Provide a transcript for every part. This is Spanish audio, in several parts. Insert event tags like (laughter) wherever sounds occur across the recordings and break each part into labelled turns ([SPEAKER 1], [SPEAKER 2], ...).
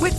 [SPEAKER 1] With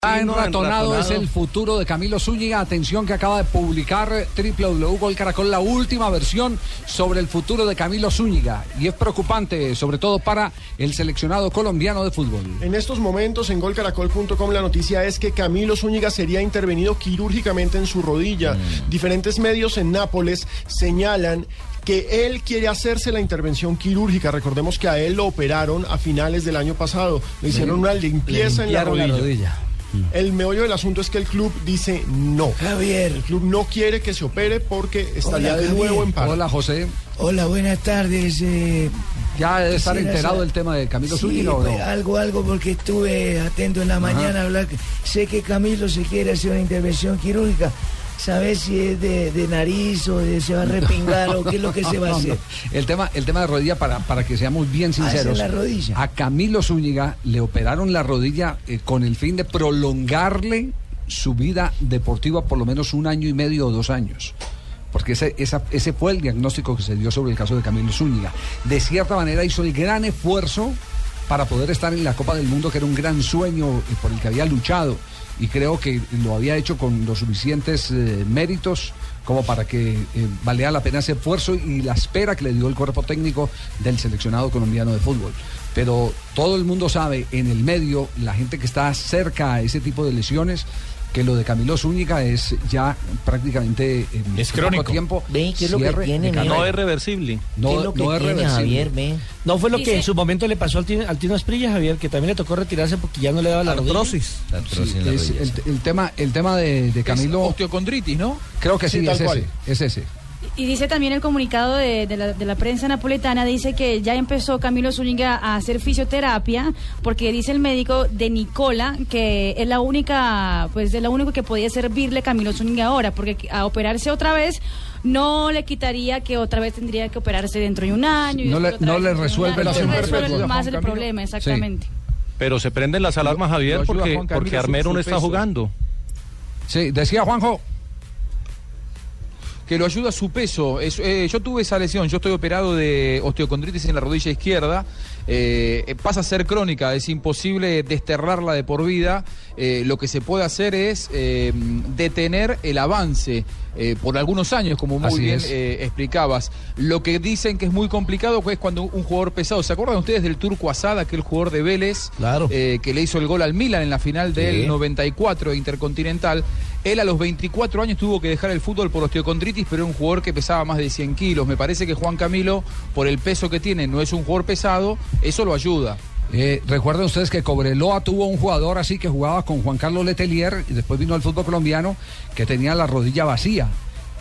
[SPEAKER 2] Está enratonado, es el futuro de Camilo Zúñiga. Atención que acaba de publicar WW Gol Caracol la última versión sobre el futuro de Camilo Zúñiga. Y es preocupante, sobre todo para el seleccionado colombiano de fútbol.
[SPEAKER 3] En estos momentos en golcaracol.com la noticia es que Camilo Zúñiga sería intervenido quirúrgicamente en su rodilla. Diferentes medios en Nápoles señalan que él quiere hacerse la intervención quirúrgica. Recordemos que a él lo operaron a finales del año pasado. Le hicieron una limpieza en la
[SPEAKER 4] Limpiaron
[SPEAKER 3] rodilla. El meollo del asunto es que el club dice no.
[SPEAKER 4] Javier,
[SPEAKER 3] El club no quiere que se opere porque estaría de
[SPEAKER 4] Javier.
[SPEAKER 3] nuevo en paro.
[SPEAKER 2] Hola José,
[SPEAKER 4] hola, buenas tardes. eh,
[SPEAKER 2] ya debe estar
[SPEAKER 4] Quisiera
[SPEAKER 2] enterado
[SPEAKER 4] saber-
[SPEAKER 2] del tema de Camilo
[SPEAKER 4] sí,
[SPEAKER 2] Zúñiga o no.
[SPEAKER 4] pues, algo, algo, porque estuve atento en la mañana a hablar. Sé que Camilo se quiere hacer una intervención quirúrgica. ¿Sabes si es de, de nariz o de, se
[SPEAKER 2] (laughs)
[SPEAKER 4] va a repingar o qué es lo que se va a
[SPEAKER 2] No,
[SPEAKER 4] hacer?
[SPEAKER 2] no. El tema, el tema de rodilla, para, para que seamos
[SPEAKER 4] Ah,
[SPEAKER 2] bien
[SPEAKER 4] esa es
[SPEAKER 2] sinceros.
[SPEAKER 4] la rodilla.
[SPEAKER 2] A Camilo Zúñiga le operaron la rodilla eh, con el fin de prolongarle su vida deportiva por lo menos un año y medio o dos años. Porque ese, esa- ese fue el diagnóstico que se dio sobre el caso de Camilo Zúñiga. De cierta manera hizo el gran esfuerzo para poder estar en la Copa del Mundo, que era un gran sueño eh, por el que había luchado. Y creo que lo había hecho con los suficientes eh, méritos como para que eh, valiera la pena ese esfuerzo y la espera que le dio el cuerpo técnico del seleccionado colombiano de fútbol. Pero todo el mundo sabe en el medio, la gente que está cerca a ese tipo de lesiones, que lo de Camilo Zúñiga es ya prácticamente en
[SPEAKER 5] Es
[SPEAKER 2] poco
[SPEAKER 5] crónico.
[SPEAKER 2] tiempo.
[SPEAKER 6] Ve, ¿qué es lo que
[SPEAKER 2] cierre de
[SPEAKER 6] tiene, mi
[SPEAKER 2] carrera.
[SPEAKER 5] No es reversible.
[SPEAKER 2] No-
[SPEAKER 6] ¿Qué es lo que
[SPEAKER 2] no es
[SPEAKER 6] tiene,
[SPEAKER 2] reversible.
[SPEAKER 6] Javier, ve?
[SPEAKER 7] No fue lo
[SPEAKER 8] Dice-
[SPEAKER 7] que en su momento le pasó al Tino, al Tino Asprilla, Javier, que también le tocó retirarse porque ya no le daba la artrosis.
[SPEAKER 5] La
[SPEAKER 2] Sí, es el, el tema, el tema de, de Camilo. osteocondritis, ¿no? Creo que sí,
[SPEAKER 3] Sí, tal
[SPEAKER 2] es ese.
[SPEAKER 3] cual.
[SPEAKER 2] Es ese.
[SPEAKER 9] Y dice también el comunicado de, de la, de la prensa napoletana, dice que ya empezó Camilo Zúñiga a hacer fisioterapia, porque dice el médico de Nicola que es la única, pues es lo único que podía servirle Camilo Zúñiga ahora, porque a operarse otra vez no le quitaría que otra vez tendría que operarse dentro de un año. y
[SPEAKER 2] No le-
[SPEAKER 9] después otra vez
[SPEAKER 2] no le
[SPEAKER 9] dentro de un año. No
[SPEAKER 2] resuelve
[SPEAKER 3] la operación
[SPEAKER 9] resuelve
[SPEAKER 3] perpetua.
[SPEAKER 9] más
[SPEAKER 3] Juan
[SPEAKER 9] el
[SPEAKER 3] Camilo.
[SPEAKER 9] problema, exactamente.
[SPEAKER 5] Pero se prenden las alarmas, Javier,
[SPEAKER 2] ayuda
[SPEAKER 5] porque,
[SPEAKER 2] Juan Camilo
[SPEAKER 5] porque
[SPEAKER 2] su-
[SPEAKER 5] Armero
[SPEAKER 2] su
[SPEAKER 5] no está
[SPEAKER 2] peso.
[SPEAKER 5] jugando.
[SPEAKER 2] Sí, decía Juanjo.
[SPEAKER 7] Que lo ayuda su peso. eh, yo tuve esa lesión, yo estoy operado de osteocondritis en la rodilla izquierda. Eh, pasa a ser crónica, es imposible desterrarla de por vida. Eh, lo que se puede hacer es eh, detener el avance eh, por algunos años, como
[SPEAKER 2] Así es.
[SPEAKER 7] eh, explicabas. Lo que dicen que es muy complicado es cuando un jugador pesado. ¿Se acuerdan ustedes del Turco Asada, aquel jugador de Vélez?
[SPEAKER 4] Claro.
[SPEAKER 7] eh, que le hizo el gol al Milan en la final del 94 Intercontinental. Él a los 24 años tuvo que dejar el fútbol por osteocondritis, pero era un jugador que pesaba más de 100 kilos. Me parece que Juan Camilo, por el peso que tiene, no es un jugador pesado. Eso lo ayuda.
[SPEAKER 2] Eh, recuerden ustedes que Cobreloa tuvo un jugador así que jugaba con Juan Carlos Letelier y después vino al fútbol colombiano que tenía la rodilla vacía.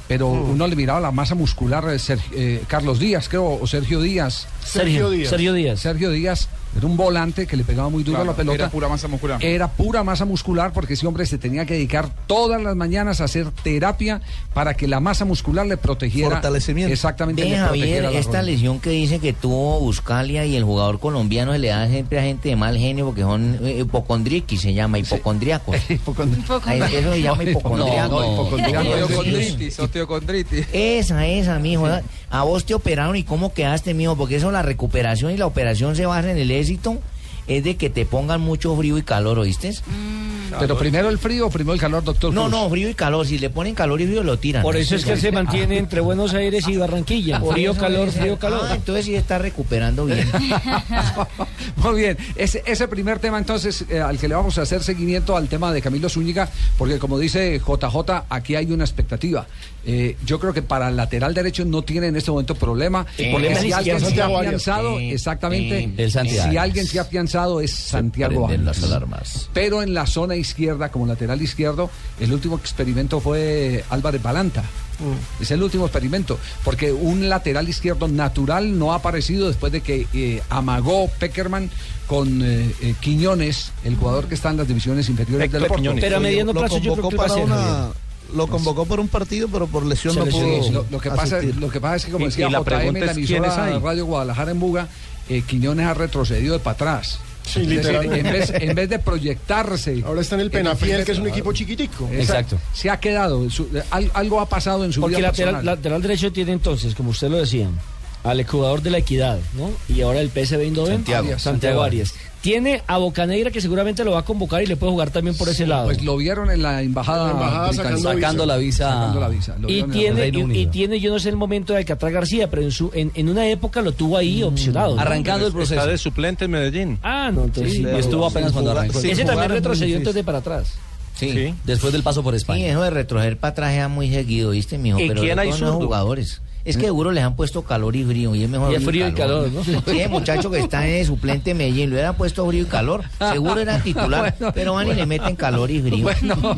[SPEAKER 2] Pero uno le miraba la masa muscular de Ser- eh, Carlos Díaz, creo, o Sergio Díaz.
[SPEAKER 3] Sergio Díaz.
[SPEAKER 7] Díaz.
[SPEAKER 2] Sergio Díaz era un volante que le pegaba muy duro
[SPEAKER 7] Claro,
[SPEAKER 2] la pelota. Eh,
[SPEAKER 7] era pura masa muscular.
[SPEAKER 2] Era pura masa muscular porque ese hombre se tenía que dedicar todas las mañanas a hacer terapia para que la masa muscular le protegiera.
[SPEAKER 4] Fortalecimiento.
[SPEAKER 2] Exactamente.
[SPEAKER 6] Ve,
[SPEAKER 2] le
[SPEAKER 6] Javier,
[SPEAKER 2] protegiera la
[SPEAKER 6] esta
[SPEAKER 2] rodilla.
[SPEAKER 6] lesión que dice que tuvo Buscalia y el jugador colombiano se le da siempre a gente de mal genio porque son eh, hipocondriqui, se llama, hipocondriacos.
[SPEAKER 7] (laughs)
[SPEAKER 2] Hipocondri-
[SPEAKER 6] Ay, Eso se llama
[SPEAKER 2] No,
[SPEAKER 6] hipocondriaco.
[SPEAKER 2] no, hipocondriaco.
[SPEAKER 7] Osteocondritis, osteocondritis.
[SPEAKER 6] Esa, esa, mijo. A vos te operaron y cómo quedaste, mijo, porque eso, la recuperación y la operación se basa en el éxito, es de que te pongan mucho frío y calor, ¿oíste?
[SPEAKER 2] Pero primero el frío, primero el calor, doctor.
[SPEAKER 6] No,
[SPEAKER 2] Cruz?
[SPEAKER 6] no, frío y calor. Si le ponen calor y frío, lo tiran.
[SPEAKER 7] Por eso es que se mantiene entre Buenos Aires y
[SPEAKER 2] Ah,
[SPEAKER 7] Barranquilla.
[SPEAKER 6] Por
[SPEAKER 7] Frío,
[SPEAKER 6] eso
[SPEAKER 7] calor,
[SPEAKER 6] es-
[SPEAKER 7] frío, calor.
[SPEAKER 6] Ah, entonces sí está recuperando
[SPEAKER 7] (laughs)
[SPEAKER 6] bien.
[SPEAKER 2] (laughs) Muy bien, ese, ese primer tema entonces eh, al que le vamos a hacer seguimiento al tema de Camilo Zúñiga, porque como dice JJ, aquí hay una expectativa. Eh, yo creo que para el lateral derecho no tiene en este momento problema,
[SPEAKER 6] Sí,
[SPEAKER 2] porque
[SPEAKER 6] problema
[SPEAKER 2] si
[SPEAKER 6] ni
[SPEAKER 2] alguien
[SPEAKER 6] siquiera
[SPEAKER 2] se ha
[SPEAKER 6] Santiago
[SPEAKER 3] Arias.
[SPEAKER 2] afianzado,
[SPEAKER 6] Sí,
[SPEAKER 2] exactamente,
[SPEAKER 6] sí, el Santi
[SPEAKER 2] si
[SPEAKER 6] Arias.
[SPEAKER 2] alguien se ha avanzado es Santiago
[SPEAKER 10] prenden
[SPEAKER 2] Ángel.
[SPEAKER 10] las alarmas.
[SPEAKER 2] Pero en la zona izquierda, como lateral izquierdo, el último experimento fue Álvarez Balanta. Es el último experimento, porque un lateral izquierdo natural no ha aparecido después de que eh, amagó Peckerman con eh, eh, Quiñones, el jugador que está en las divisiones inferiores
[SPEAKER 11] Héctor
[SPEAKER 2] del Porto.
[SPEAKER 11] Quiñones. Pero a mediano plazo yo creo que él va a ser, Javier.
[SPEAKER 10] Lo convocó por un partido, pero por lesión
[SPEAKER 2] Se
[SPEAKER 10] no
[SPEAKER 2] lesionó.
[SPEAKER 10] pudo.
[SPEAKER 2] Lo, lo que pasa,
[SPEAKER 10] asistir.
[SPEAKER 2] lo que pasa es que, como
[SPEAKER 10] Y-
[SPEAKER 2] decía
[SPEAKER 10] y la
[SPEAKER 2] JM,
[SPEAKER 10] pregunta
[SPEAKER 2] la
[SPEAKER 10] es, ¿quiénes
[SPEAKER 2] emisora
[SPEAKER 10] hay?
[SPEAKER 2] Radio Guadalajara en Buga, eh, Quiñones ha retrocedido de
[SPEAKER 10] (laughs)
[SPEAKER 2] para atrás.
[SPEAKER 3] Sí,
[SPEAKER 2] Es decir,
[SPEAKER 3] literalmente. (laughs)
[SPEAKER 2] en, vez, en vez de proyectarse. Ahora
[SPEAKER 3] está en el Penafiel, que es un equipo chiquitico.
[SPEAKER 11] Exacto.
[SPEAKER 2] Se ha quedado. su- eh, al- algo ha pasado en su
[SPEAKER 11] Porque
[SPEAKER 2] vida
[SPEAKER 11] lateral,
[SPEAKER 2] personal.
[SPEAKER 11] lateral derecho tiene entonces, como usted lo decía, al jugador de la equidad, ¿no? Y ahora el PSV Eindhoven,
[SPEAKER 2] Santiago.
[SPEAKER 11] Santiago,
[SPEAKER 2] Santiago
[SPEAKER 11] Arias. Tiene a Bocanegra que seguramente lo va a convocar y le puede jugar también por ese lado.
[SPEAKER 2] Pues lo vieron en la embajada, británica. Sacando la visa. Lo
[SPEAKER 11] Ah. Y
[SPEAKER 2] vieron en el
[SPEAKER 11] tiene,
[SPEAKER 2] Reino
[SPEAKER 11] y,
[SPEAKER 2] Unido.
[SPEAKER 11] y tiene, yo no sé el momento de Alcatraz García, pero en, su, en, en una época lo tuvo ahí
[SPEAKER 2] Mm.
[SPEAKER 11] opcionado. ¿no?
[SPEAKER 5] Está de suplente en Medellín.
[SPEAKER 11] Ah, no, entonces
[SPEAKER 5] Sí,
[SPEAKER 11] sí,
[SPEAKER 5] pero
[SPEAKER 11] estuvo
[SPEAKER 5] sin
[SPEAKER 11] apenas cuando
[SPEAKER 5] jugar-
[SPEAKER 11] arrancó.
[SPEAKER 5] sin
[SPEAKER 11] Ese
[SPEAKER 5] jugar
[SPEAKER 11] también
[SPEAKER 5] es muy
[SPEAKER 11] retrocedió
[SPEAKER 5] difícil.
[SPEAKER 11] entonces de para atrás.
[SPEAKER 6] Sí,
[SPEAKER 5] Sí.
[SPEAKER 6] después del paso por España. Sí, eso de retroceder para atrás ya muy seguido, ¿viste, mijo?
[SPEAKER 11] ¿Y
[SPEAKER 6] Pero
[SPEAKER 11] quién
[SPEAKER 6] de
[SPEAKER 11] hay
[SPEAKER 6] todos los
[SPEAKER 11] zurdo?
[SPEAKER 6] jugadores. Es que seguro les han puesto calor y frío, Mm. y es mejor.
[SPEAKER 11] Y es frío y calor, ¿no?
[SPEAKER 6] Sí, el muchacho que está en el suplente en Medellín, le hubieran puesto frío y calor. Seguro era titular,
[SPEAKER 11] (laughs) Bueno,
[SPEAKER 6] pero van y le meten calor y frío.